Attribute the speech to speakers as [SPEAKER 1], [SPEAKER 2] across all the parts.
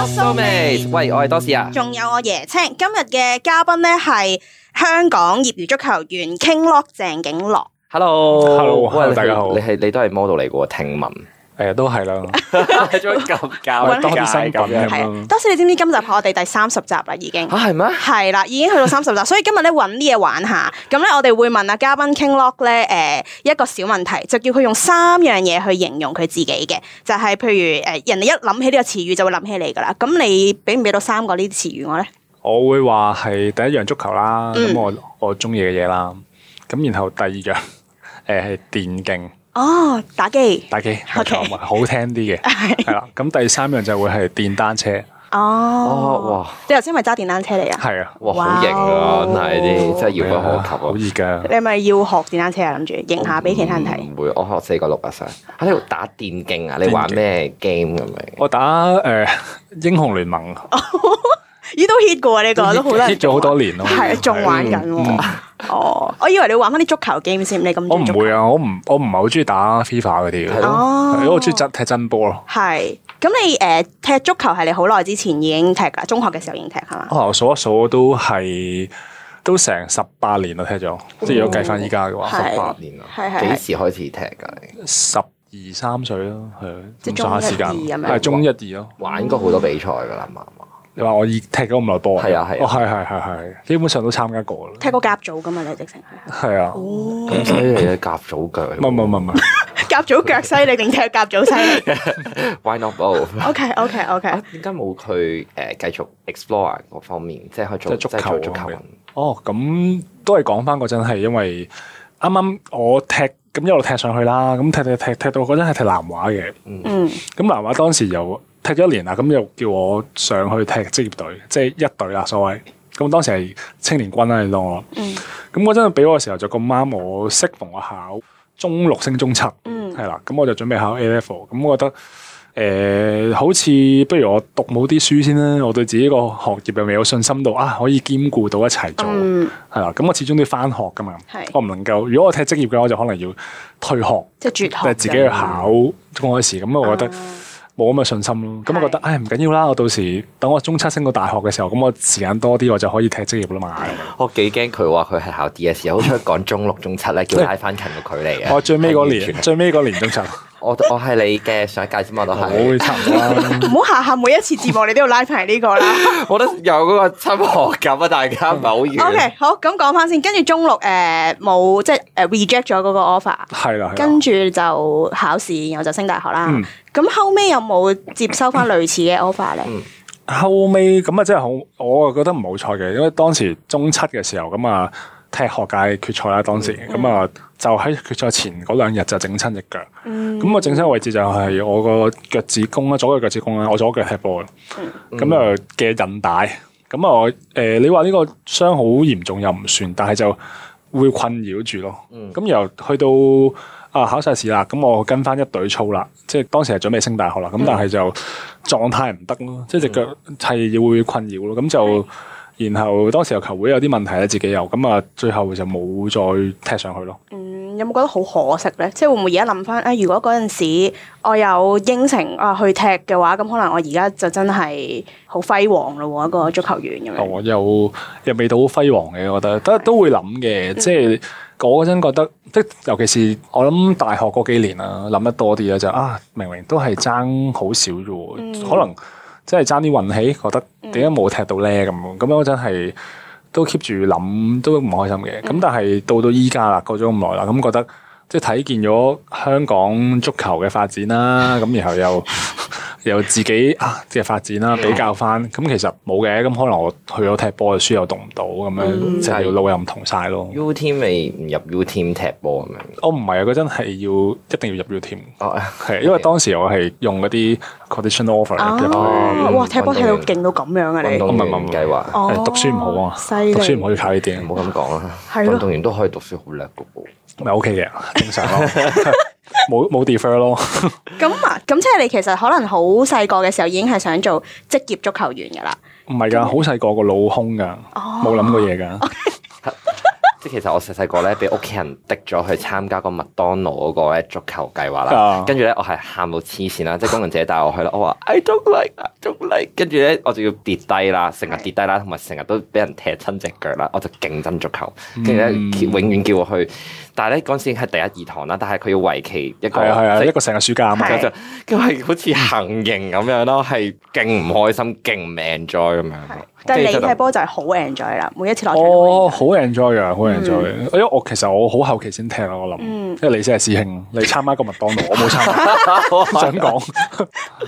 [SPEAKER 1] Soulmate 喂，我係多士啊。
[SPEAKER 2] 仲有我椰青，今日嘅嘉賓咧係香港業餘足球員 King Lock 鄭景樂。
[SPEAKER 1] Hello，
[SPEAKER 3] Hello，
[SPEAKER 1] 喂你係
[SPEAKER 3] hello，大家好
[SPEAKER 1] 你係你都係 model 嚟嘅喎，聽 聞。
[SPEAKER 3] 誒都 係啦，
[SPEAKER 1] 做乜咁
[SPEAKER 3] 我
[SPEAKER 1] 搞
[SPEAKER 3] 係當住身份
[SPEAKER 1] 咁
[SPEAKER 3] 咁
[SPEAKER 2] 係
[SPEAKER 1] 樣
[SPEAKER 3] 樣
[SPEAKER 2] 啊
[SPEAKER 3] 咯，
[SPEAKER 2] 當時你知唔知今集係我哋第三十集啦，已經
[SPEAKER 1] 嚇啊係咩？
[SPEAKER 2] 係啦，已經去到三十集，所以今日咧揾啲嘢玩下。咁咧，我哋會問阿啊嘉賓 King Lock 咧，誒、一個小問題，就叫佢用三樣嘢去形容佢自己嘅，就係、譬如誒、人哋一諗起呢個詞語就會諗起你噶啦。咁你俾唔俾到三個呢啲詞語我咧？
[SPEAKER 3] 我會話係第一樣足球啦，
[SPEAKER 2] 嗯
[SPEAKER 3] 咁我我中意嘅嘢啦，咁然後第二樣 誒係電競
[SPEAKER 2] 哦，打機。
[SPEAKER 3] 打機，冇
[SPEAKER 2] OK
[SPEAKER 3] 錯咪好聽 啲嘅，係啦。咁第三樣就會係電單車，
[SPEAKER 2] 哦，
[SPEAKER 1] 哦，
[SPEAKER 2] 你頭先咪揸電單車嚟啊？
[SPEAKER 3] 係啊，
[SPEAKER 1] 哇哇，好型啊！真係啲真係遙
[SPEAKER 3] 係啊
[SPEAKER 1] 不
[SPEAKER 3] 好
[SPEAKER 1] 可及
[SPEAKER 3] 易㗎。
[SPEAKER 2] 你係咪要學電單車啊？諗住影
[SPEAKER 1] 啊！
[SPEAKER 2] 下俾其他人睇。
[SPEAKER 3] 哦
[SPEAKER 1] 唔會，我學四個六啊，想喺度打電競啊！你玩咩 game 咁樣？
[SPEAKER 3] 我打誒英雄聯盟，
[SPEAKER 2] 咦，都 hit 過喎啊呢哦個，都好多人
[SPEAKER 3] hit 咗好多年咯，
[SPEAKER 2] 係仲玩緊
[SPEAKER 3] 嗯
[SPEAKER 2] 喎。哦，我以為你玩翻啲足球 game 先，你咁
[SPEAKER 3] 我
[SPEAKER 2] 中意
[SPEAKER 3] 唔
[SPEAKER 2] 足球
[SPEAKER 3] 會啊，我唔我唔係好中意打 FIFA 嗰啲嘅，
[SPEAKER 2] 哦
[SPEAKER 3] 係因為我中意真踢真波咯。
[SPEAKER 2] 係，咁你誒、呃踢足球係你好耐之前已經踢啊㗎，中學嘅時候已經踢係嘛？
[SPEAKER 3] 啊我數一數都係都成十八年啦，踢咗，即係如果計翻依家嘅話，
[SPEAKER 2] 嗯係
[SPEAKER 1] 十八年啊
[SPEAKER 2] 係係，係
[SPEAKER 1] 幾時開始踢啊㗎？你
[SPEAKER 3] 十二三歲咯，係啊
[SPEAKER 2] 即係
[SPEAKER 3] 咁上下時間，
[SPEAKER 2] 中一二咁樣
[SPEAKER 3] 係中一二咯。
[SPEAKER 1] 玩過好多比賽㗎啦嘛，係嘛
[SPEAKER 3] 你話我已踢咗咁耐波，
[SPEAKER 1] 係啊係啊
[SPEAKER 3] 哦係係係係，基本上都參加過啦。
[SPEAKER 2] 踢過甲組㗎嘛？你直情係
[SPEAKER 3] 係啊，唔
[SPEAKER 2] 嗯
[SPEAKER 1] 咁犀利嘅夾組腳。
[SPEAKER 3] 係唔係唔係唔係，
[SPEAKER 2] 甲組腳犀利定踢甲組犀 利
[SPEAKER 1] Why not both？
[SPEAKER 2] ？OK OK OK，
[SPEAKER 1] 啊，點解冇佢誒繼續 explore 啊嗰方面，即係去做
[SPEAKER 3] 即係足
[SPEAKER 1] 係做
[SPEAKER 3] 球
[SPEAKER 1] 足球
[SPEAKER 3] 咁
[SPEAKER 1] 運
[SPEAKER 3] 樣哦咁都係講翻嗰陣係因為啱啱我踢咁一路踢上去啦，咁踢踢踢踢到嗰陣係踢南華嘅，
[SPEAKER 2] 嗯，
[SPEAKER 3] 咁南華當時又踢咗一年啦，啊咁又叫我上去踢職業隊，即係一隊啦，所謂。咁當時係青年軍啦，你當我。
[SPEAKER 2] 嗯
[SPEAKER 3] 咁嗰陣俾我嘅時候就咁啱，我適逢我考中六升中七，
[SPEAKER 2] 嗯
[SPEAKER 3] 係啦、咁我就準備考 A level，咁我覺得。誒、好似不如我讀冇啲書先啦，我對自己個學業又未有信心到啊，可以兼顧到一齊做，
[SPEAKER 2] 嗯，
[SPEAKER 3] 係啦、咁我始終都要翻學噶嘛
[SPEAKER 2] 係，
[SPEAKER 3] 我唔能夠。如果我踢職業嘅話，我就可能要退學，
[SPEAKER 2] 即係絕
[SPEAKER 3] 但
[SPEAKER 2] 學
[SPEAKER 3] 係自己去考公開試。咁我覺得。
[SPEAKER 2] 啊
[SPEAKER 3] 冇咁嘅信心咯。咁我覺得，
[SPEAKER 2] 係
[SPEAKER 3] 唉，唔緊要啦。我到時等我中七升到大學嘅時候，咁我時間多啲，我就可以踢職業啦嘛。
[SPEAKER 1] 我幾驚佢話佢係考 DSE，好彩講中六中七 咧，叫拉翻近個距離嘅。啊
[SPEAKER 3] 我最尾嗰
[SPEAKER 1] 係完
[SPEAKER 3] 年，
[SPEAKER 1] 全
[SPEAKER 3] 最尾嗰年中七，
[SPEAKER 1] 我我係你嘅上一屆啫嘛，都
[SPEAKER 3] 會
[SPEAKER 1] 係。
[SPEAKER 3] 差唔多啦。
[SPEAKER 2] 唔好下下每一次節目你都要拉埋呢個 啦。
[SPEAKER 1] 我覺得有嗰個親學感啊，大家唔係好遠。
[SPEAKER 2] OK，好，咁講翻先，跟住中六誒冇、即係誒 reject 咗嗰個 offer，
[SPEAKER 3] 係啦，係
[SPEAKER 2] 跟
[SPEAKER 3] 啦。
[SPEAKER 2] 住就考試，然後就升大學啦
[SPEAKER 3] 嗯。
[SPEAKER 2] 咁、後尾有冇接收翻類似 嘅 offer
[SPEAKER 3] 嗯
[SPEAKER 2] 咧？
[SPEAKER 3] 後尾咁啊，真係好，我啊覺得唔好彩嘅，因為當時中七嘅時候咁啊。踢學界決賽啦，當時
[SPEAKER 2] 嗯
[SPEAKER 3] 咁啊，就喺決賽前嗰兩日就整親只腳。
[SPEAKER 2] 嗯
[SPEAKER 3] 咁我整親位置就係我個腳趾公啦，左腳腳趾公啦，我左腳踢波嘅。咁啊嘅韌帶，咁啊誒、呃你話呢個傷好嚴重又唔算，但係就會困擾住咯。咁又、去到啊考晒試啦，咁我跟翻一隊操啦，即係當時係準備升大學啦，咁但係就狀態唔得咯，即係只腳係會困擾咯，咁就。然後當時又球會有啲問題咧，自己有咁啊，最後就冇再踢上去咯。
[SPEAKER 2] 嗯，有冇覺得好可惜咧？即係會唔會而家諗翻啊？如果嗰陣時我有應承啊去踢嘅話，咁可能我而家就真係好輝煌咯喎，一個足球員咁樣。
[SPEAKER 3] 我哦又又未到好輝煌嘅，我覺得都都會諗嘅，即係我嗰陣覺得，即尤其是我諗大學嗰幾年啦，諗得多啲咧就啊，明明都係爭好少啫喎，可能即係爭啲運氣，覺得
[SPEAKER 2] 嗯
[SPEAKER 3] 點解冇踢到咧咁樣，咁樣嗰陣係都 keep 住諗，都唔開心嘅。
[SPEAKER 2] 嗯
[SPEAKER 3] 咁但係到到依家啦，過咗咁耐啦，咁覺得。即係睇見咗香港足球嘅發展啦，咁然後又 又自己啊嘅發展
[SPEAKER 2] 嗯
[SPEAKER 3] 啦，比較翻咁其實冇嘅，咁可能我去咗踢波嘅書又讀唔到，咁樣
[SPEAKER 2] 嗯
[SPEAKER 3] 即係條路又唔同晒咯。
[SPEAKER 1] U team 未唔入 U team 踢波咁樣。
[SPEAKER 3] 我唔係啊，嗰陣係要一定要入 U team，
[SPEAKER 1] 哦，
[SPEAKER 3] 係因為當時我係用嗰啲 conditional offer 入去，
[SPEAKER 2] 哦，哇！踢波踢到勁到咁樣啊！
[SPEAKER 1] 運
[SPEAKER 2] 你
[SPEAKER 1] 動
[SPEAKER 3] 唔係
[SPEAKER 1] 員
[SPEAKER 3] 唔係
[SPEAKER 1] 計劃，
[SPEAKER 2] 哦
[SPEAKER 3] 誒讀書唔好啊，
[SPEAKER 2] 犀利
[SPEAKER 3] 讀書唔可以靠呢啲，
[SPEAKER 1] 唔好咁講啦。
[SPEAKER 2] 係咯
[SPEAKER 1] 運動員都可以讀書好叻嘅噃。
[SPEAKER 3] 咪 OK 嘅，正常咯， 冇冇 defer 咯。
[SPEAKER 2] 咁啊，咁即係你其實可能好細個嘅時候已經係想做職業足球員㗎啦。
[SPEAKER 3] 哦唔係㗎，好細個個腦空㗎，冇諗過嘢㗎。
[SPEAKER 1] 即係其實我細細個咧，俾屋企人滴咗去參加個麥當勞嗰個咧足球計劃
[SPEAKER 3] 啊
[SPEAKER 1] 啦，跟住咧我係喊到黐線啦，即係工人姐帶我去啦，我話 I don't like，I don't like，跟住咧我就要跌低啦，成日跌低啦，同埋成日都俾人踢親只腳啦，我就勁憎足球，
[SPEAKER 3] 嗯
[SPEAKER 1] 跟住咧永遠叫我去，但係咧嗰陣時已經係第一二堂啦，但係佢要為期一個
[SPEAKER 3] 係啊係啊，
[SPEAKER 1] 即係
[SPEAKER 3] 一個成日暑假啊嘛
[SPEAKER 2] 係，
[SPEAKER 1] 就跟住係好似行刑咁樣咯，係勁唔開心，勁唔 enjoy 咁樣。
[SPEAKER 2] 但係
[SPEAKER 1] 跟
[SPEAKER 2] 你
[SPEAKER 1] 住就
[SPEAKER 2] 睇波就係好 enjoy 啦，每一次落場
[SPEAKER 3] 我
[SPEAKER 2] 都好 enjoy。
[SPEAKER 3] 好 enjoy 啊，好 enjoy，因為我其實我好後期先聽啊，我諗，因為你先係師兄，你參加過麥當勞， 我冇參加，想講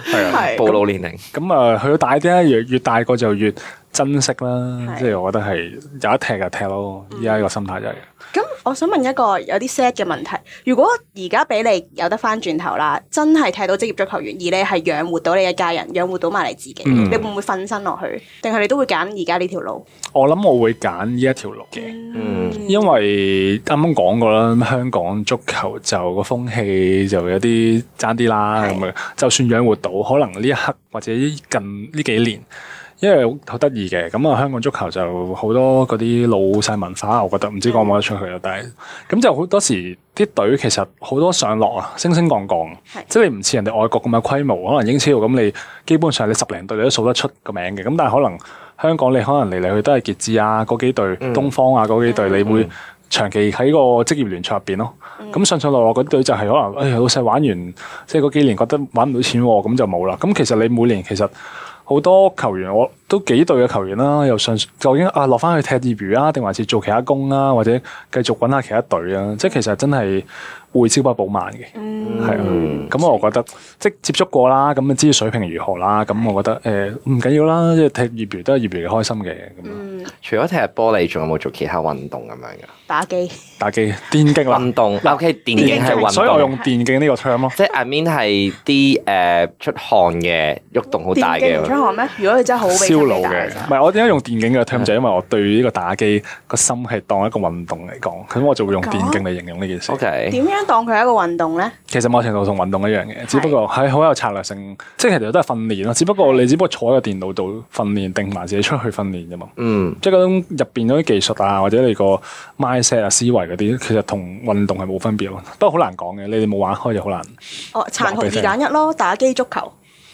[SPEAKER 3] 係啊。
[SPEAKER 2] 係
[SPEAKER 1] 暴露年齡。
[SPEAKER 3] 咁啊，去到大啲咧，越越大個就越珍惜啦。即係嗯我覺得係有一踢就踢咯，依家個心態就係。
[SPEAKER 2] 咁我想問一個有啲 sad 嘅問題，如果而家俾你有得翻轉頭啦，真係踢到職業足球員，而你係養活到你嘅家人，養活到埋你自己，
[SPEAKER 3] 嗯
[SPEAKER 2] 你會唔會瞓身落去？定係你都會揀而家呢條路？
[SPEAKER 3] 我諗我會揀呢一條路嘅，
[SPEAKER 1] 嗯
[SPEAKER 3] 因為啱啱講過啦，咁香港足球就個風氣就有啲爭啲啦，
[SPEAKER 2] 係
[SPEAKER 3] 咁啊，就算養活到，可能呢一刻或者近呢幾年。因為好好得意嘅，咁啊香港足球就好多嗰啲老細文化，我覺得唔知講唔講得出去啦，但係咁就好多時啲隊其實好多上落啊，升升降降
[SPEAKER 2] 係，
[SPEAKER 3] 即係你唔似人哋外國咁嘅規模，可能英超咁你基本上你十零隊你都數得出個名嘅，咁但係可能香港你可能嚟嚟去都係傑志啊嗰幾隊、
[SPEAKER 1] 嗯
[SPEAKER 3] 東方啊嗰幾隊，你會
[SPEAKER 1] 嗯
[SPEAKER 3] 長期喺個職業聯賽入邊咯。咁、上上落落嗰隊就係可能，誒、哎、老細玩完，即係嗰幾年覺得玩唔到錢喎，咁就冇啦。咁其實你每年其實好多球員，我都幾隊嘅球員啦，又上究竟啊落翻去踢業餘啊，定還是做其他工啦、或者繼續揾下其他隊啊？即係其實真係會朝不保晚嘅。係啊
[SPEAKER 1] 嗯，
[SPEAKER 3] 咁我覺得即係接觸過啦，咁啊知水平如何啦，咁我覺得
[SPEAKER 1] 嗯
[SPEAKER 3] 誒唔緊要啦，即係踢業餘都係業餘嘅開心嘅咁啊樣。
[SPEAKER 2] 嗯，
[SPEAKER 1] 除咗踢波，你仲有冇做其他運動咁樣噶？
[SPEAKER 2] 打機
[SPEAKER 3] 打機電競啦，
[SPEAKER 1] 運動，OK，電嗯
[SPEAKER 2] 競
[SPEAKER 1] 競係運
[SPEAKER 3] 所以我
[SPEAKER 1] 動，
[SPEAKER 3] 用電競呢個 term 咯。
[SPEAKER 1] 即係 I mean 係啲誒出汗嘅，喐動好大
[SPEAKER 2] 電競唔出
[SPEAKER 1] 嘅。
[SPEAKER 2] 汗咩？如果你真係好俾
[SPEAKER 3] 燒腦嘅，
[SPEAKER 2] 嘅
[SPEAKER 3] 唔，係我點解用電競嘅 term 就係因為我對呢個打機個心係當一個運動嚟講，咁我就會用電競嚟形容呢件事。
[SPEAKER 1] OK，
[SPEAKER 2] 點樣當佢係一個運動咧？
[SPEAKER 3] 其實某程度同運動一樣嘅，只不過係好有策略性，即係其實都係訓練咯。只不過你只不過坐喺個電腦度訓練，定還是你出去訓練啫嘛。
[SPEAKER 1] 嗯，
[SPEAKER 3] 即係嗰種入邊嗰啲技術啊，或者你個 mindset 啊、思維嗰啲，其實同運動係冇分別咯。不過好難講嘅，你哋冇玩開就好難。
[SPEAKER 2] 哦，殘酷
[SPEAKER 3] 話俾
[SPEAKER 2] 二
[SPEAKER 3] 你聽
[SPEAKER 2] 揀一咯，打機足球。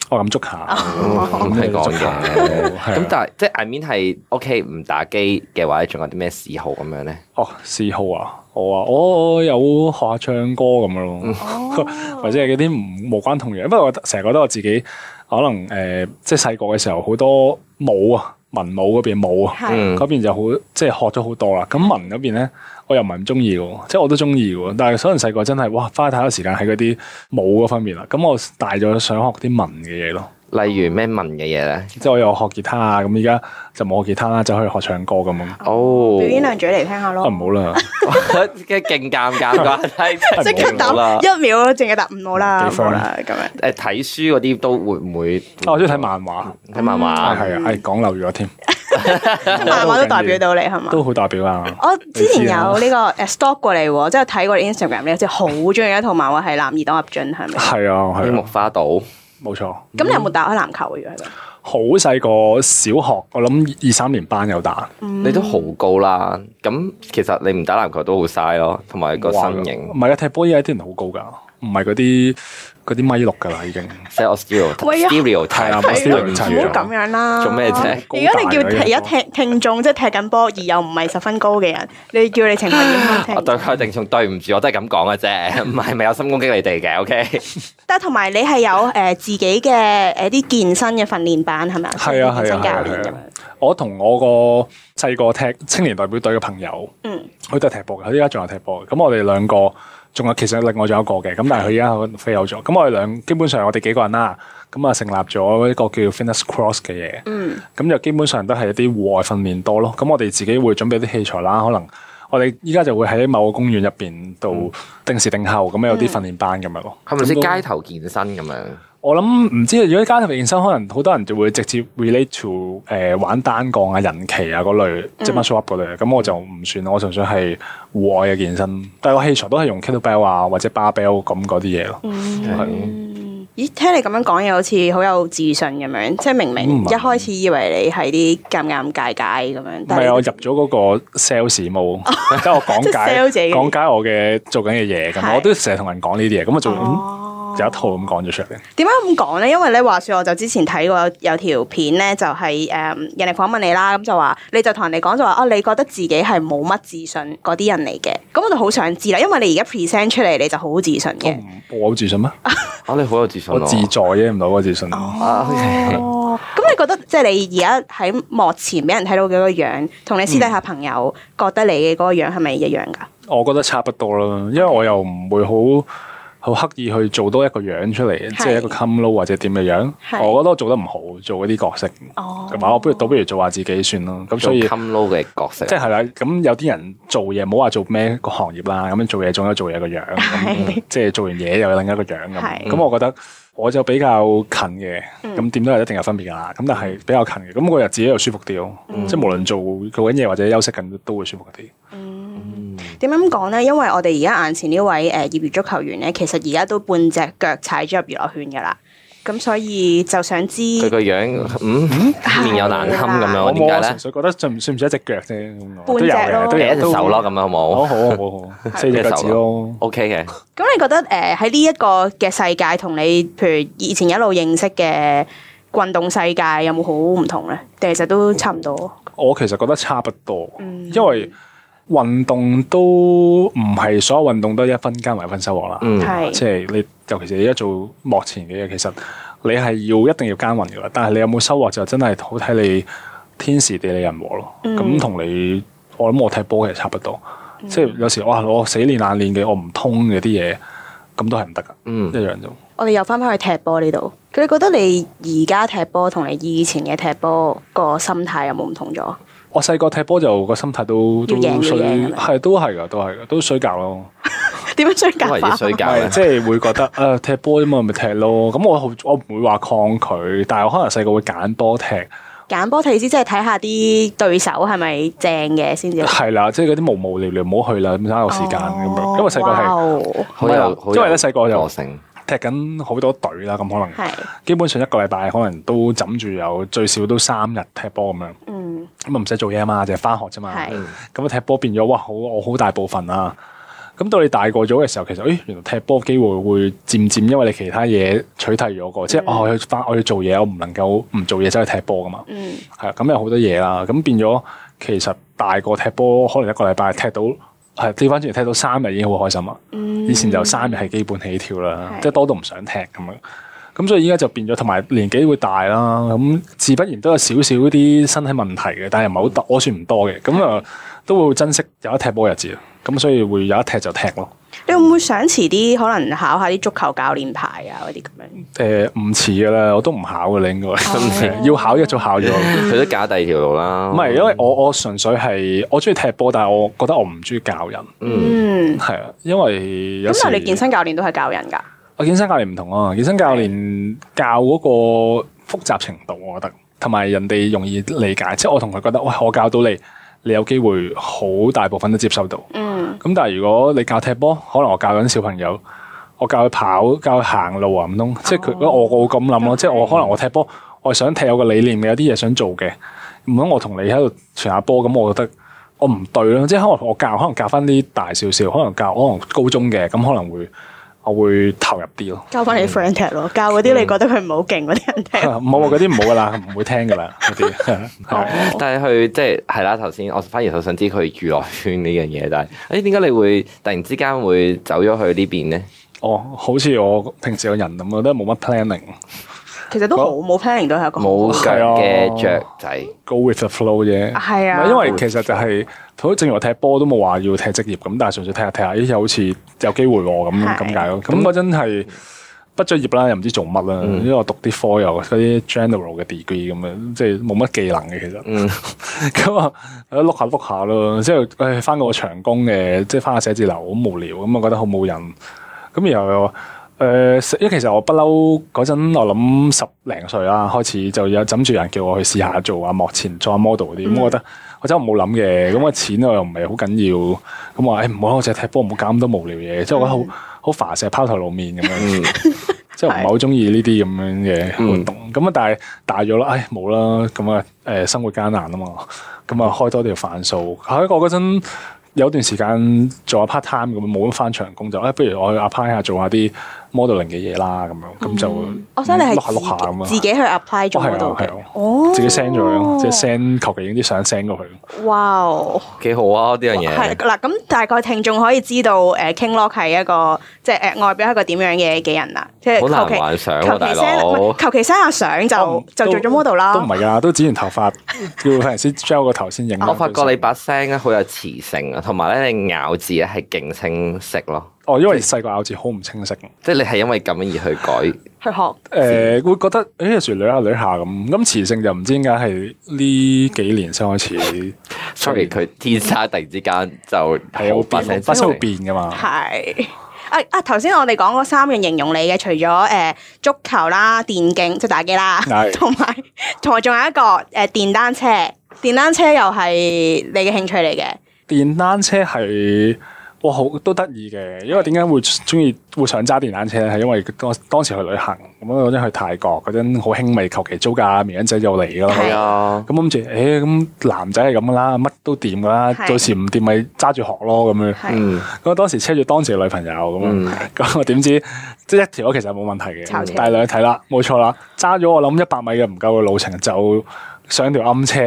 [SPEAKER 3] 我咁捉下，
[SPEAKER 1] 咁係講嘅。咁
[SPEAKER 3] 咁但
[SPEAKER 1] 但係即係 I mean 係 OK 唔打機嘅話，你仲有啲咩嗜好咁樣咧？
[SPEAKER 3] 哦嗜好啊，我啊，我我有學下唱歌咁樣咯。
[SPEAKER 2] 哦
[SPEAKER 3] 或者係嗰啲唔無關痛癢。不過我成日覺得我自己可能誒、呃即係細個嘅時候好多舞啊，文武嗰邊舞啊，
[SPEAKER 2] 係
[SPEAKER 1] 嗯
[SPEAKER 3] 嗰邊就好即係學咗好多啦。咁文嗰邊咧，我又唔係唔中意嘅喎，即係我都中意嘅喎。但係可能細個真係哇，花太多時間喺嗰啲舞嗰方面啦。咁我大咗想學啲文嘅嘢咯，
[SPEAKER 1] 例如咩文嘅嘢咧？
[SPEAKER 3] 即係我又學吉他啊。咁而家就冇學吉他啦，就可以學唱歌咁樣。
[SPEAKER 1] 哦，
[SPEAKER 2] 表 演兩嘴嚟聽下
[SPEAKER 3] 啊
[SPEAKER 2] 咯
[SPEAKER 3] 唔。好啦，
[SPEAKER 1] 嘅勁尷尬㗎，係
[SPEAKER 2] 即刻
[SPEAKER 1] 冇啦
[SPEAKER 2] 答一秒，淨係答唔好啦，唔
[SPEAKER 3] 幾
[SPEAKER 2] 好
[SPEAKER 3] 分
[SPEAKER 2] 啦咁樣。
[SPEAKER 1] 誒睇書嗰啲都會唔會？
[SPEAKER 3] 啊我中意睇漫畫，
[SPEAKER 2] 嗯
[SPEAKER 3] 啊
[SPEAKER 1] 睇漫畫，
[SPEAKER 3] 係啊，誒講漏 咗添，
[SPEAKER 2] 漫畫都代表到你係嘛？
[SPEAKER 3] 都好代表啊。
[SPEAKER 2] 我之前
[SPEAKER 3] 你知啊
[SPEAKER 2] 有
[SPEAKER 3] 啦
[SPEAKER 2] 呢個誒 stalk 過你喎，即係睇過你 Instagram 你有隻好中意一啊套漫畫係《男兒當入樽》係咪？
[SPEAKER 3] 係啊，
[SPEAKER 1] 櫻
[SPEAKER 3] 係
[SPEAKER 1] 木
[SPEAKER 3] 啊，
[SPEAKER 1] 花道。
[SPEAKER 3] 冇錯。
[SPEAKER 2] 咁你有冇打開籃球嘅？如果係咁
[SPEAKER 3] 好細個，小學我諗二三年班有打，
[SPEAKER 1] 你都好高啦，咁其實你唔打籃球都好嘥咯，同埋個身
[SPEAKER 3] 唔
[SPEAKER 1] 形。
[SPEAKER 3] 係啊，踢波依家啲人好高㗎，唔係嗰啲嗰啲米六㗎啦已經。
[SPEAKER 1] 即係我 stereo
[SPEAKER 2] 喂啊
[SPEAKER 1] stereo
[SPEAKER 3] 係啊
[SPEAKER 1] 我 stereo
[SPEAKER 3] 唔
[SPEAKER 2] 唔
[SPEAKER 1] 唔
[SPEAKER 3] 係
[SPEAKER 2] 好
[SPEAKER 1] 住
[SPEAKER 2] 咁樣啦！啊
[SPEAKER 1] 做咩啫
[SPEAKER 2] 如果你叫
[SPEAKER 3] 高大嘅啊
[SPEAKER 2] 而家聽聽眾即係踢緊波而又唔係十分高嘅人，你叫你情況點啊
[SPEAKER 1] 我對
[SPEAKER 2] 聽？
[SPEAKER 1] 佢定重對唔住，我都係咁講嘅 啫，唔係咪有心攻擊你哋嘅？OK，
[SPEAKER 2] 但係同埋你係有誒自己嘅誒啲健身嘅訓練班係咪啊？
[SPEAKER 3] 係啊
[SPEAKER 2] 健
[SPEAKER 3] 係
[SPEAKER 2] 身
[SPEAKER 3] 啊
[SPEAKER 2] 教
[SPEAKER 3] 係啊
[SPEAKER 2] 練咁
[SPEAKER 3] 係
[SPEAKER 2] 樣
[SPEAKER 3] 啊。！我同我個細個踢青年代表隊嘅朋友，
[SPEAKER 2] 嗯，
[SPEAKER 3] 佢都係踢波嘅，佢依家仲有踢波嘅。咁我哋兩個仲有其實另外仲有一個嘅，咁但係佢依家可能飛有咗。咁我哋兩基本上我哋幾個人啦，咁啊成立咗一個叫 Fitness Cross 嘅嘢。
[SPEAKER 2] 嗯，
[SPEAKER 3] 咁就基本上都係一啲戶外訓練多咯。咁我哋自己會準備啲器材啦，可能我哋依家就會喺某個公園入邊度定時定候咁有啲訓練班咁樣咯。
[SPEAKER 1] 係咪
[SPEAKER 3] 咁都
[SPEAKER 1] 先街頭健身咁樣？
[SPEAKER 3] 我諗唔知，如果街頭健身，可能好多人就會直接 relate to 誒、呃玩單槓啊、人旗啊嗰類，
[SPEAKER 2] 嗯
[SPEAKER 3] 即係 muscle up 嗰類。咁我就唔算，我純粹係戶外嘅健身，但係我器材都係用 kettlebell 啊或者 barbell 咁嗰啲嘢咯。係咯
[SPEAKER 2] 嗯，咦，聽你咁樣講嘢，好似好有自信咁樣，即係明明
[SPEAKER 3] 唔
[SPEAKER 2] 一
[SPEAKER 3] 係
[SPEAKER 2] 開始以為你係啲尷尷尬尬咁樣，
[SPEAKER 3] 唔
[SPEAKER 2] 但
[SPEAKER 3] 係我入
[SPEAKER 2] 係
[SPEAKER 3] 咗嗰個 sales 冇，即係我講
[SPEAKER 2] 哦 即係 sell 自
[SPEAKER 3] 解
[SPEAKER 2] 己
[SPEAKER 3] 講解我嘅做緊嘅嘢咁，
[SPEAKER 2] 係
[SPEAKER 3] 我都成日同人講呢啲嘢，咁我做
[SPEAKER 2] 哦
[SPEAKER 3] 有一套咁講咗出嚟。
[SPEAKER 2] 點解咁講咧？因為咧話說，我就之前睇過有有條片咧，就係、誒、人哋訪問你啦，咁就話你就同人哋講就話啊，你覺得自己係冇乜自信嗰啲人嚟嘅，咁我就好想知啦，因為你而家 present 出嚟你就好自信
[SPEAKER 3] 我
[SPEAKER 2] 嘅。
[SPEAKER 3] 唔我好自信咩？
[SPEAKER 1] 啊，你好有自信
[SPEAKER 3] 我
[SPEAKER 1] 喎
[SPEAKER 3] 自在啫，唔到我自信。
[SPEAKER 1] 啊，OK
[SPEAKER 2] 哦，咁你覺得即係你而家喺幕前俾人睇到嘅嗰個樣，同你私底下朋友覺得你嘅嗰個樣係咪一樣㗎？
[SPEAKER 3] 我覺得差不多啦，因為我又唔會好好刻意去做多一個樣出嚟，即係一個 come low 或者點嘅樣。
[SPEAKER 2] 係
[SPEAKER 3] 我覺得我做得唔好，做嗰啲角色，
[SPEAKER 2] 哦
[SPEAKER 3] 同埋我不如倒不如做下自己算啦。咁所
[SPEAKER 1] 做
[SPEAKER 3] 以
[SPEAKER 1] come low 嘅角色
[SPEAKER 3] 即，係啦，咁有啲人做嘢，唔好話做咩個行業啦，咁樣做嘢總有做嘢 個樣，咁即係做完嘢又有另一個樣
[SPEAKER 2] 係嗯
[SPEAKER 3] 咁。咁我覺得我就比較近嘅，咁點都係一定有分別㗎啦。咁但係比較近嘅，咁個日子又舒服啲
[SPEAKER 2] 嗯
[SPEAKER 3] 咯。即係無論做做緊嘢或者休息緊都會舒服啲。
[SPEAKER 2] 點解咁講咧？因為我哋而家眼前呢位誒、呃、業餘足球員咧，其實而家都半隻腳踩咗入娛樂圈㗎啦。咁所以就想知
[SPEAKER 1] 佢個樣嗯面有難堪咁
[SPEAKER 3] 我
[SPEAKER 1] 樣，
[SPEAKER 3] 冇
[SPEAKER 1] 點
[SPEAKER 3] 啊，
[SPEAKER 1] 解
[SPEAKER 3] 純粹覺得算唔算唔算一隻腳啫？咁我
[SPEAKER 2] 半
[SPEAKER 3] 都有
[SPEAKER 2] 隻咯
[SPEAKER 3] 嘅，都
[SPEAKER 1] 咧？
[SPEAKER 3] 有
[SPEAKER 1] 你一隻手咯，咁樣好
[SPEAKER 3] 都
[SPEAKER 1] 冇
[SPEAKER 3] 好好好好好，四隻腳趾咯。
[SPEAKER 1] ？OK 嘅，
[SPEAKER 2] 咁你覺得誒喺呢一個嘅世界同你譬如以前一路認識嘅運動世界有冇好唔同咧？定其實都差唔多？
[SPEAKER 3] 我其實覺得差不多，因為運動都唔係所有運動都係一分耕為一分收穫啦。
[SPEAKER 1] 嗯，
[SPEAKER 2] 係
[SPEAKER 3] 即係你，尤其是你而家做幕前嘅嘢，其實你係要一定要耕耘嘅啦。但係你有冇收穫就真係好睇你天時地利人和咯。咁同、你，我諗我踢波其實差不多。即係有時哇，我死練硬練嘅，我唔通嘅啲嘢，咁都係唔得噶，
[SPEAKER 1] 嗯
[SPEAKER 3] 一樣啫。
[SPEAKER 2] 我哋又翻返去踢波呢度，佢覺得你而家踢波同你以前嘅踢波個心態有冇唔同咗？
[SPEAKER 3] 我細個踢波就個心態都都
[SPEAKER 2] 要贏要
[SPEAKER 3] 衰，
[SPEAKER 2] 贏係咪
[SPEAKER 3] 係都係噶，都係噶，都衰格咯。
[SPEAKER 2] 點樣相
[SPEAKER 1] 因
[SPEAKER 2] 夾
[SPEAKER 1] 為要
[SPEAKER 2] 法？
[SPEAKER 1] 睡覺
[SPEAKER 3] 係
[SPEAKER 1] 嘅
[SPEAKER 3] 即係會覺得 啊、踢波啫嘛，咪踢咯。咁我好我唔會話抗拒，但係我可能細個會揀波踢，
[SPEAKER 2] 揀波睇先，即係睇下啲對手係咪正嘅先至。
[SPEAKER 3] 係啦，即係嗰啲無無聊聊唔好去啦，咁嘥我時間
[SPEAKER 2] 哦
[SPEAKER 3] 咁樣。因為細個係
[SPEAKER 2] 係
[SPEAKER 1] 好
[SPEAKER 3] 唔係啊
[SPEAKER 1] 有，好
[SPEAKER 3] 因為
[SPEAKER 1] 有
[SPEAKER 3] 咧細個就
[SPEAKER 1] 個性，
[SPEAKER 3] 踢緊好多隊啦，咁可能
[SPEAKER 2] 係
[SPEAKER 3] 基本上一個禮拜可能都枕住有最少都三日踢波咁樣，
[SPEAKER 2] 嗯
[SPEAKER 3] 咁啊唔使做嘢啊嘛，就係翻學啫嘛。
[SPEAKER 2] 係
[SPEAKER 3] 咁啊踢波變咗哇，好我好大部分啦。咁到你大個咗嘅時候，其實誒、咦原來踢波機會會漸漸因為你其他嘢取替咗個，即係哦我要翻我要做嘢，我唔能夠唔做嘢走去踢波噶嘛。
[SPEAKER 2] 嗯
[SPEAKER 3] 係啊，咁有好多嘢啦，咁變咗其實大個踢波可能一個禮拜踢到係調翻轉嚟踢到三日已經好開心啦。
[SPEAKER 2] 嗯
[SPEAKER 3] 以前就三日係基本起跳啦，
[SPEAKER 2] 係
[SPEAKER 3] 即係多到唔想踢咁樣。咁所以依家就變咗，同埋年紀會大啦，咁自不然都有少少啲身體問題嘅，但係唔係好多，我算唔多嘅。咁啊，都會好珍惜有得踢波嘅日子咯。咁所以會有一踢就踢咯。
[SPEAKER 2] 你會唔會想遲啲可能考下啲足球教練牌啊嗰啲咁樣？
[SPEAKER 3] 誒唔遲噶啦，我都唔考嘅啦，應該
[SPEAKER 2] 遲
[SPEAKER 3] 要考一早考咗。
[SPEAKER 1] 佢都搞第二條路啦。
[SPEAKER 3] 唔係，因為我我純粹係我中意踢波，但係我覺得我唔中意教人，
[SPEAKER 2] 嗯，
[SPEAKER 3] 係啊，因為有
[SPEAKER 2] 咁
[SPEAKER 3] 時
[SPEAKER 2] 但係你健身教練都係教人㗎，
[SPEAKER 3] 我健身教練唔同啊，健身教練教嗰個複雜程度，我覺得同埋人哋容易理解，即係我同佢覺得，喂，我教到你，你有機會好大部分都接受到。
[SPEAKER 2] 嗯
[SPEAKER 3] 咁但係如果你教踢波，可能我教緊小朋友，我教佢跑，教佢行路啊，唔通即係佢我我會咁諗咯，即係我可能我踢波，我係想踢有個理念嘅，有啲嘢想做嘅，唔通我同你喺度傳下波，咁我覺得我唔對咯，即係可能我教，可能教翻啲大少少，可能教可能高中嘅，咁可能會我會投入啲咯。
[SPEAKER 2] 教翻你 friend 踢咯，教嗰啲你覺得佢唔係好勁嗰啲人踢。
[SPEAKER 3] 唔好啊嗰啲唔好噶啦，唔會聽噶啦嗰啲。係
[SPEAKER 1] 但係佢即係係啦，頭先我反而好想知佢娛樂圈呢樣嘢，但係哎誒點解你會突然之間會走咗去呢邊咧？
[SPEAKER 3] 哦，好似我平時個人咁，我都冇乜 planning。
[SPEAKER 2] 其實都好冇 planning 都係一個好
[SPEAKER 1] 冇腳嘅
[SPEAKER 3] 係啊
[SPEAKER 1] 雀仔，
[SPEAKER 3] go with the flow 啫。
[SPEAKER 2] 係啊
[SPEAKER 3] 唔係因為其實就係好正如我踢波都冇話要踢職業咁，但係純粹踢下踢下，咦又好似有機會喎咁
[SPEAKER 2] 係
[SPEAKER 3] 咁解咯。咁嗰陣係畢咗業啦，又唔知做乜啦，因為我讀啲科又嗰啲 general 嘅 degree 咁樣，即係冇乜技能嘅其實。
[SPEAKER 1] 嗯，
[SPEAKER 3] 咁啊，喺度碌下碌下咯，之後誒翻個長工嘅，即係翻個寫字樓好無聊，咁啊覺得好冇癮。咁然後又話誒，因為其實我不嬲嗰陣，我諗十零歲啦，開始就有枕住人叫我去試下做啊幕前做下 model 嗰啲，咁、我覺得我真係冇諗嘅，咁啊錢我又唔係好緊要，咁哎
[SPEAKER 2] 嗯
[SPEAKER 3] 我話誒唔好啦，我淨係踢波，唔好搞咁多無聊嘢，即係我覺得好好煩，成日拋頭露面咁樣。即係唔係好中意呢啲咁樣嘅活動。咁啊，但係大咗啦，唉冇啦，咁啊誒生活艱難啊嘛，咁啊開多條飯數。喺我嗰陣有段時間做下 part time 咁，啊冇咁翻長工就誒，不如我去 apply 下做下啲 modeling 嘅嘢啦，咁樣咁就
[SPEAKER 2] 我想你哦係
[SPEAKER 3] 碌下碌下咁
[SPEAKER 2] 自
[SPEAKER 3] 啊
[SPEAKER 2] 己自。己去 apply 咗嗰度
[SPEAKER 3] 哦係
[SPEAKER 2] 嘅
[SPEAKER 3] 啊係啊，
[SPEAKER 2] 哦，
[SPEAKER 3] 自己 send 咗佢咯，即係 send 求其影啲相 send 過去。
[SPEAKER 2] 哇哦！
[SPEAKER 1] 幾好啊呢樣
[SPEAKER 2] 係
[SPEAKER 1] 嘢。
[SPEAKER 2] 嗱，咁大概聽眾可以知道誒 King Lock 係一個即係誒外表係一個點樣嘅嘅人啦，即係
[SPEAKER 1] 好難
[SPEAKER 2] 求其
[SPEAKER 1] 幻想喎啊
[SPEAKER 3] 啊
[SPEAKER 2] 求其
[SPEAKER 1] 大
[SPEAKER 2] send
[SPEAKER 1] 佬
[SPEAKER 2] 唔係求其 send 下相就就做咗 model 啦
[SPEAKER 3] 哦都唔。係㗎，都剪完頭髮，叫髮型師 gel 個頭先影啦。
[SPEAKER 1] 啊
[SPEAKER 2] 哦
[SPEAKER 1] 我發覺你把聲咧好有磁性啊，同埋咧你咬字咧係勁清晰咯，
[SPEAKER 3] 哦，因為細個咬字好唔清晰，誒、
[SPEAKER 1] 即係你係因為咁樣而去 改。
[SPEAKER 2] 去
[SPEAKER 3] 哦
[SPEAKER 2] 學
[SPEAKER 1] 嗯
[SPEAKER 3] 會覺得誒有時捋下捋下咁，咁磁性就唔知點解係呢幾年先開始，
[SPEAKER 1] Sorry，佢天生突然之間就好
[SPEAKER 3] 係
[SPEAKER 1] 啊
[SPEAKER 3] 好
[SPEAKER 1] 把聲
[SPEAKER 3] 變，把聲會變㗎嘛。
[SPEAKER 2] 係啊啊！頭先我哋講嗰三樣形容你嘅，除咗誒、呃足球啦、電競即係打機啦，
[SPEAKER 3] 係
[SPEAKER 2] 同埋同埋仲有一個誒、呃、電單車，電單車又係你嘅興趣嚟嘅。
[SPEAKER 3] 電單車係哇好都得意嘅，因為點解會中意會想揸電單車咧？係因為當當時去旅行，咁嗰陣去泰國嗰陣好興味，求其租架綿羊仔就嚟㗎啦。
[SPEAKER 1] 係啊，
[SPEAKER 3] 咁諗住，誒、咁男仔係咁噶啦，乜都掂噶啦，
[SPEAKER 2] 係
[SPEAKER 3] 到時唔掂咪揸住學咯咁樣。
[SPEAKER 2] 係
[SPEAKER 1] 嗯，
[SPEAKER 3] 咁我當時車住當時嘅女朋友咁樣，咁我點知即係一條其實冇問題
[SPEAKER 2] 炒車
[SPEAKER 3] 嘅，但係兩睇啦，冇錯啦，揸咗我諗一百米嘅唔夠嘅路程就上條暗車。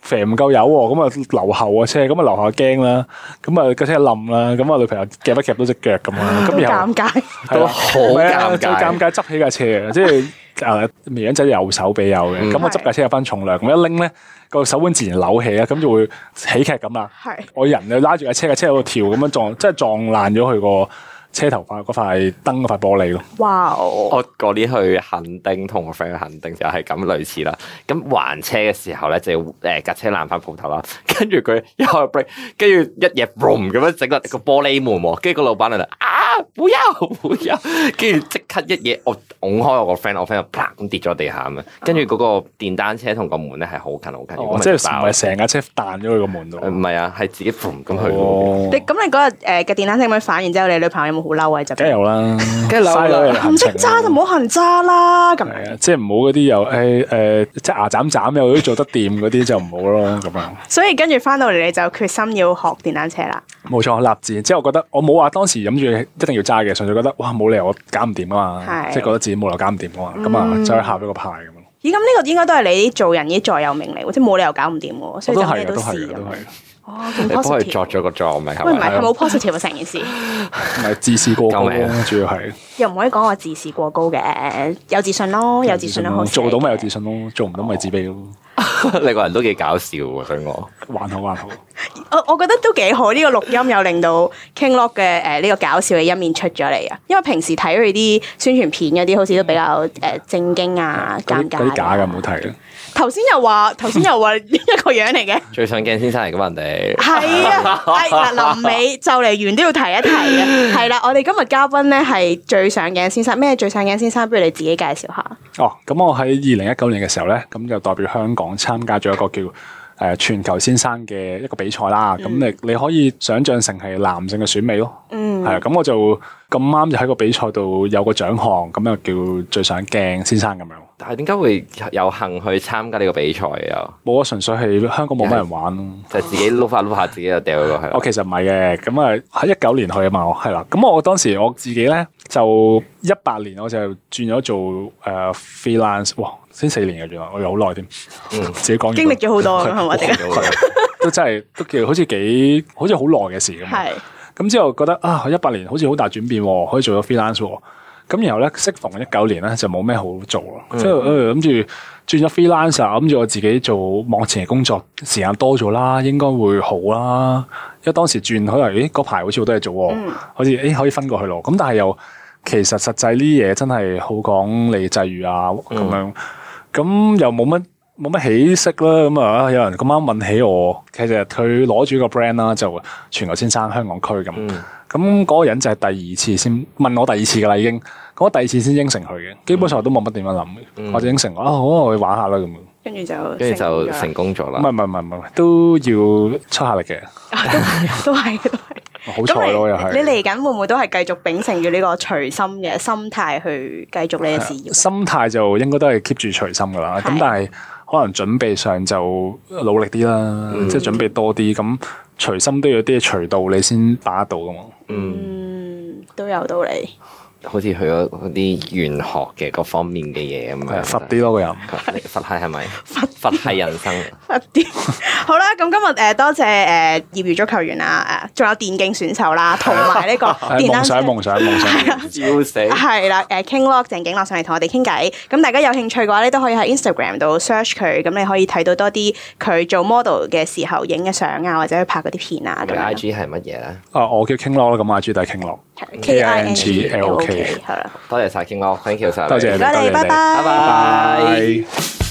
[SPEAKER 3] 肥唔夠油喎，咁啊留後啊車，咁啊留後驚啦，咁啊架車冧啦，咁啊女朋友夾一夾到只腳咁啦，
[SPEAKER 2] 啊好
[SPEAKER 3] 咁然後
[SPEAKER 2] 尷尬，
[SPEAKER 1] 都好尷
[SPEAKER 3] 啊最
[SPEAKER 1] 尬。
[SPEAKER 3] 尷尬執起架車嘅，即係誒綿羊仔右手比右
[SPEAKER 1] 嗯
[SPEAKER 3] 嘅，咁我執架車有分重量，咁一拎咧個手腕自然扭起啦，啊咁就會起劇咁啦。
[SPEAKER 2] 係
[SPEAKER 3] 我人就拉住架車，架車喺度跳咁樣撞，即係撞爛咗佢個車頭塊嗰塊燈嗰塊玻璃咯。
[SPEAKER 2] 哇哦！
[SPEAKER 1] 我嗰年去墾丁同我 friend 去墾丁就係咁類似啦。咁還車嘅時候咧，就要誒架車爛翻鋪頭啦， 跟住佢一開 break，跟住一嘢 boom 咁樣整落個玻璃門喎，跟住個老闆娘就啊不要不要，跟住即刻一嘢我拱開我個 friend，我 friend 就啪咁跌咗地下咁樣，跟住嗰個電單車同個門咧係好近好近，如果
[SPEAKER 3] 哦
[SPEAKER 1] 咪
[SPEAKER 3] 即係
[SPEAKER 1] 爆
[SPEAKER 3] 唔係成架車彈咗佢個門度。
[SPEAKER 1] 誒唔係啊，係自己 boom 咁去喎。
[SPEAKER 3] 哦
[SPEAKER 2] 你，咁你嗰日誒嘅電單車咁樣反完之後，你女朋友有冇好嬲啊？就
[SPEAKER 3] 梗係有啦，
[SPEAKER 1] 梗係有啦
[SPEAKER 3] 嘥咗你行
[SPEAKER 2] 唔識
[SPEAKER 3] 程啦
[SPEAKER 2] 揸就唔好行揸啦，咁樣。
[SPEAKER 3] 係啊，即係唔好嗰啲又誒誒，即係牙斬斬又都做得掂嗰啲就唔好咯，咁樣。
[SPEAKER 2] 所以跟住翻到嚟你就決心要學電單車啦。
[SPEAKER 3] 冇錯，立志。即係我覺得我冇話當時諗住一定要揸嘅，純粹覺得哇冇理由我搞唔掂啊嘛，
[SPEAKER 2] 係嗯
[SPEAKER 3] 即係覺得自己冇理由搞唔掂啊嘛，咁啊走去考咗個牌咁咯。
[SPEAKER 2] 咦，咁呢個應該都係你做人啲座右銘嚟喎，即係冇理由搞唔掂嘅喎，所以就
[SPEAKER 3] 我都係
[SPEAKER 2] 咩
[SPEAKER 3] 嘅，都係
[SPEAKER 2] 試
[SPEAKER 3] 嘅，
[SPEAKER 2] 咁
[SPEAKER 3] 都係啊
[SPEAKER 2] 樣。
[SPEAKER 3] 嘅，
[SPEAKER 2] 哦，咁
[SPEAKER 1] 你幫佢
[SPEAKER 2] positive
[SPEAKER 1] 作。咗個狀名係
[SPEAKER 2] 喂，唔 係
[SPEAKER 1] 咪？
[SPEAKER 2] 佢冇 positive 啊成件事，
[SPEAKER 3] 唔係自視過高
[SPEAKER 1] 救命
[SPEAKER 3] 咯
[SPEAKER 1] 啊，
[SPEAKER 3] 主要係
[SPEAKER 2] 又唔可以講我自視過高嘅，有自信咯，有自信咯，好事嚟
[SPEAKER 3] 做
[SPEAKER 2] 嘅
[SPEAKER 3] 到咪有自信咯，做唔到咪自卑咯，
[SPEAKER 1] 你個人都幾搞笑喎，對我。
[SPEAKER 3] 還好還好。
[SPEAKER 2] 我我覺得都幾好，呢、個錄音又令到 King Lock 嘅誒呢個搞笑嘅一面出咗嚟啊！因為平時睇佢啲宣傳片嗰啲，好似都比較誒、呃正經啊、
[SPEAKER 3] 嗰
[SPEAKER 2] 尷
[SPEAKER 3] 啲
[SPEAKER 2] 尬
[SPEAKER 3] 嗰
[SPEAKER 2] 啊。
[SPEAKER 3] 啲假嘅唔好睇嘅。
[SPEAKER 2] 頭先又話，頭先又話 一個樣嚟嘅。
[SPEAKER 1] 最上鏡先生嚟噶嘛人哋。
[SPEAKER 2] 係啊，係嗱，臨尾就嚟完都要提一提嘅，係啦，我哋今日嘉賓咧係最上鏡先生，咩最上鏡先生？不如你自己介紹下。
[SPEAKER 3] 哦，咁我喺二零一九年嘅時候咧，咁就代表香港參加咗一個叫誒、呃全球先生嘅一個比賽啦。咁你、你可以想象成係男性嘅選美咯。嗯，係啊。咁我就咁啱就喺個比賽度有個獎項，咁又叫最上鏡先生咁樣。
[SPEAKER 1] 但係點解會有幸去參加呢個比賽啊？
[SPEAKER 3] 冇啊，純粹係香港冇乜人玩咯。
[SPEAKER 1] 就自己碌下碌下，自己就掉咗
[SPEAKER 3] 我
[SPEAKER 1] 過去。啊
[SPEAKER 3] 其實唔係嘅，咁啊喺一九年去啊嘛，我係啦。咁我當時我自己咧就一八年我就轉咗做誒、呃 freelance，哇，先四年嘅原來，我有好耐添。 自己講完
[SPEAKER 2] 經歷咗好多啊
[SPEAKER 3] 係
[SPEAKER 2] 係咪 即刻
[SPEAKER 3] 都真係都叫好似幾好似好耐嘅事咁啊。
[SPEAKER 2] 係
[SPEAKER 3] 咁之後覺得啊，一八年好似好大轉變喎，可以做咗 freelance 喎。咁然後咧，適逢一九年咧就冇咩好做咯，即係誒諗住轉咗 freelance 啊，諗住我自己做幕前嘅工作時間多咗啦，應該會好啦。因為當時轉可能咦嗰排好似好多嘢做喎，好似誒可以分過去咯。咁但係又其實實際呢啲嘢真係好講你際遇啊咁樣，咁又冇乜。冇乜起色啦，咁啊有人咁啱問起我，其實佢攞住個 brand 啦，就全球先生香港區咁。咁嗰個人就係第二次先問我第二次噶啦，已經咁我第二次先應承佢嘅，基本上我都冇乜點樣諗嘅，我就應承我啊，好啊，我去玩下啦咁樣。唔
[SPEAKER 2] 跟住就
[SPEAKER 1] 跟住就
[SPEAKER 2] 成
[SPEAKER 1] 成功咗啦
[SPEAKER 3] 係。唔係唔係唔係，都要出下力嘅，
[SPEAKER 2] 功咗啦 都係都係
[SPEAKER 3] 好
[SPEAKER 2] 咁
[SPEAKER 3] 彩咯，又
[SPEAKER 2] 你你
[SPEAKER 3] 係
[SPEAKER 2] 嚟緊會唔會都係繼續秉承住呢個隨心嘅心態去繼續你嘅事業？
[SPEAKER 3] 心態就應該都係 keep 住隨心噶啦。咁
[SPEAKER 2] 係
[SPEAKER 3] 但係可能準備上就努力啲啦，
[SPEAKER 2] 嗯
[SPEAKER 3] 即係準備多啲。咁隨心都要有啲嘢隨到你先打得到噶嘛。啊
[SPEAKER 2] 嗯，都有道理。
[SPEAKER 1] 好似去咗嗰啲玄學嘅嗰方面嘅嘢咁
[SPEAKER 3] 係
[SPEAKER 1] 樣，
[SPEAKER 3] 佛啲咯個人。
[SPEAKER 1] 佛系係咪？啊 佛系人生，
[SPEAKER 2] 一啲好啦，咁今日誒多謝誒業餘足球員啦，誒仲有電競選手 啦，同埋呢個
[SPEAKER 3] 係
[SPEAKER 2] 電單
[SPEAKER 3] 夢
[SPEAKER 2] 車
[SPEAKER 3] 想夢想夢想，
[SPEAKER 1] 笑死！
[SPEAKER 2] 係啦，誒 King Lok 鄭景樂上嚟同我哋傾偈，咁大家有興趣嘅話咧，都可以喺 Instagram 度 search 佢，咁你可以睇到多啲佢做 model 嘅時候影嘅相啊，或者佢拍嗰啲片啊咁
[SPEAKER 1] 你
[SPEAKER 2] 樣。
[SPEAKER 1] I G 係乜嘢咧？
[SPEAKER 3] 啊，我叫 King Lok 啦，咁 I G 都係 King Lok。
[SPEAKER 2] K I N G L O
[SPEAKER 3] KINGLOK
[SPEAKER 2] K 係啦，
[SPEAKER 1] 多謝晒 King 哥，thank you 晒你，
[SPEAKER 3] 多謝
[SPEAKER 2] 唔
[SPEAKER 3] 你
[SPEAKER 2] 該你，拜
[SPEAKER 3] 拜
[SPEAKER 1] 拜
[SPEAKER 2] 拜。
[SPEAKER 1] 拜。
[SPEAKER 3] 拜。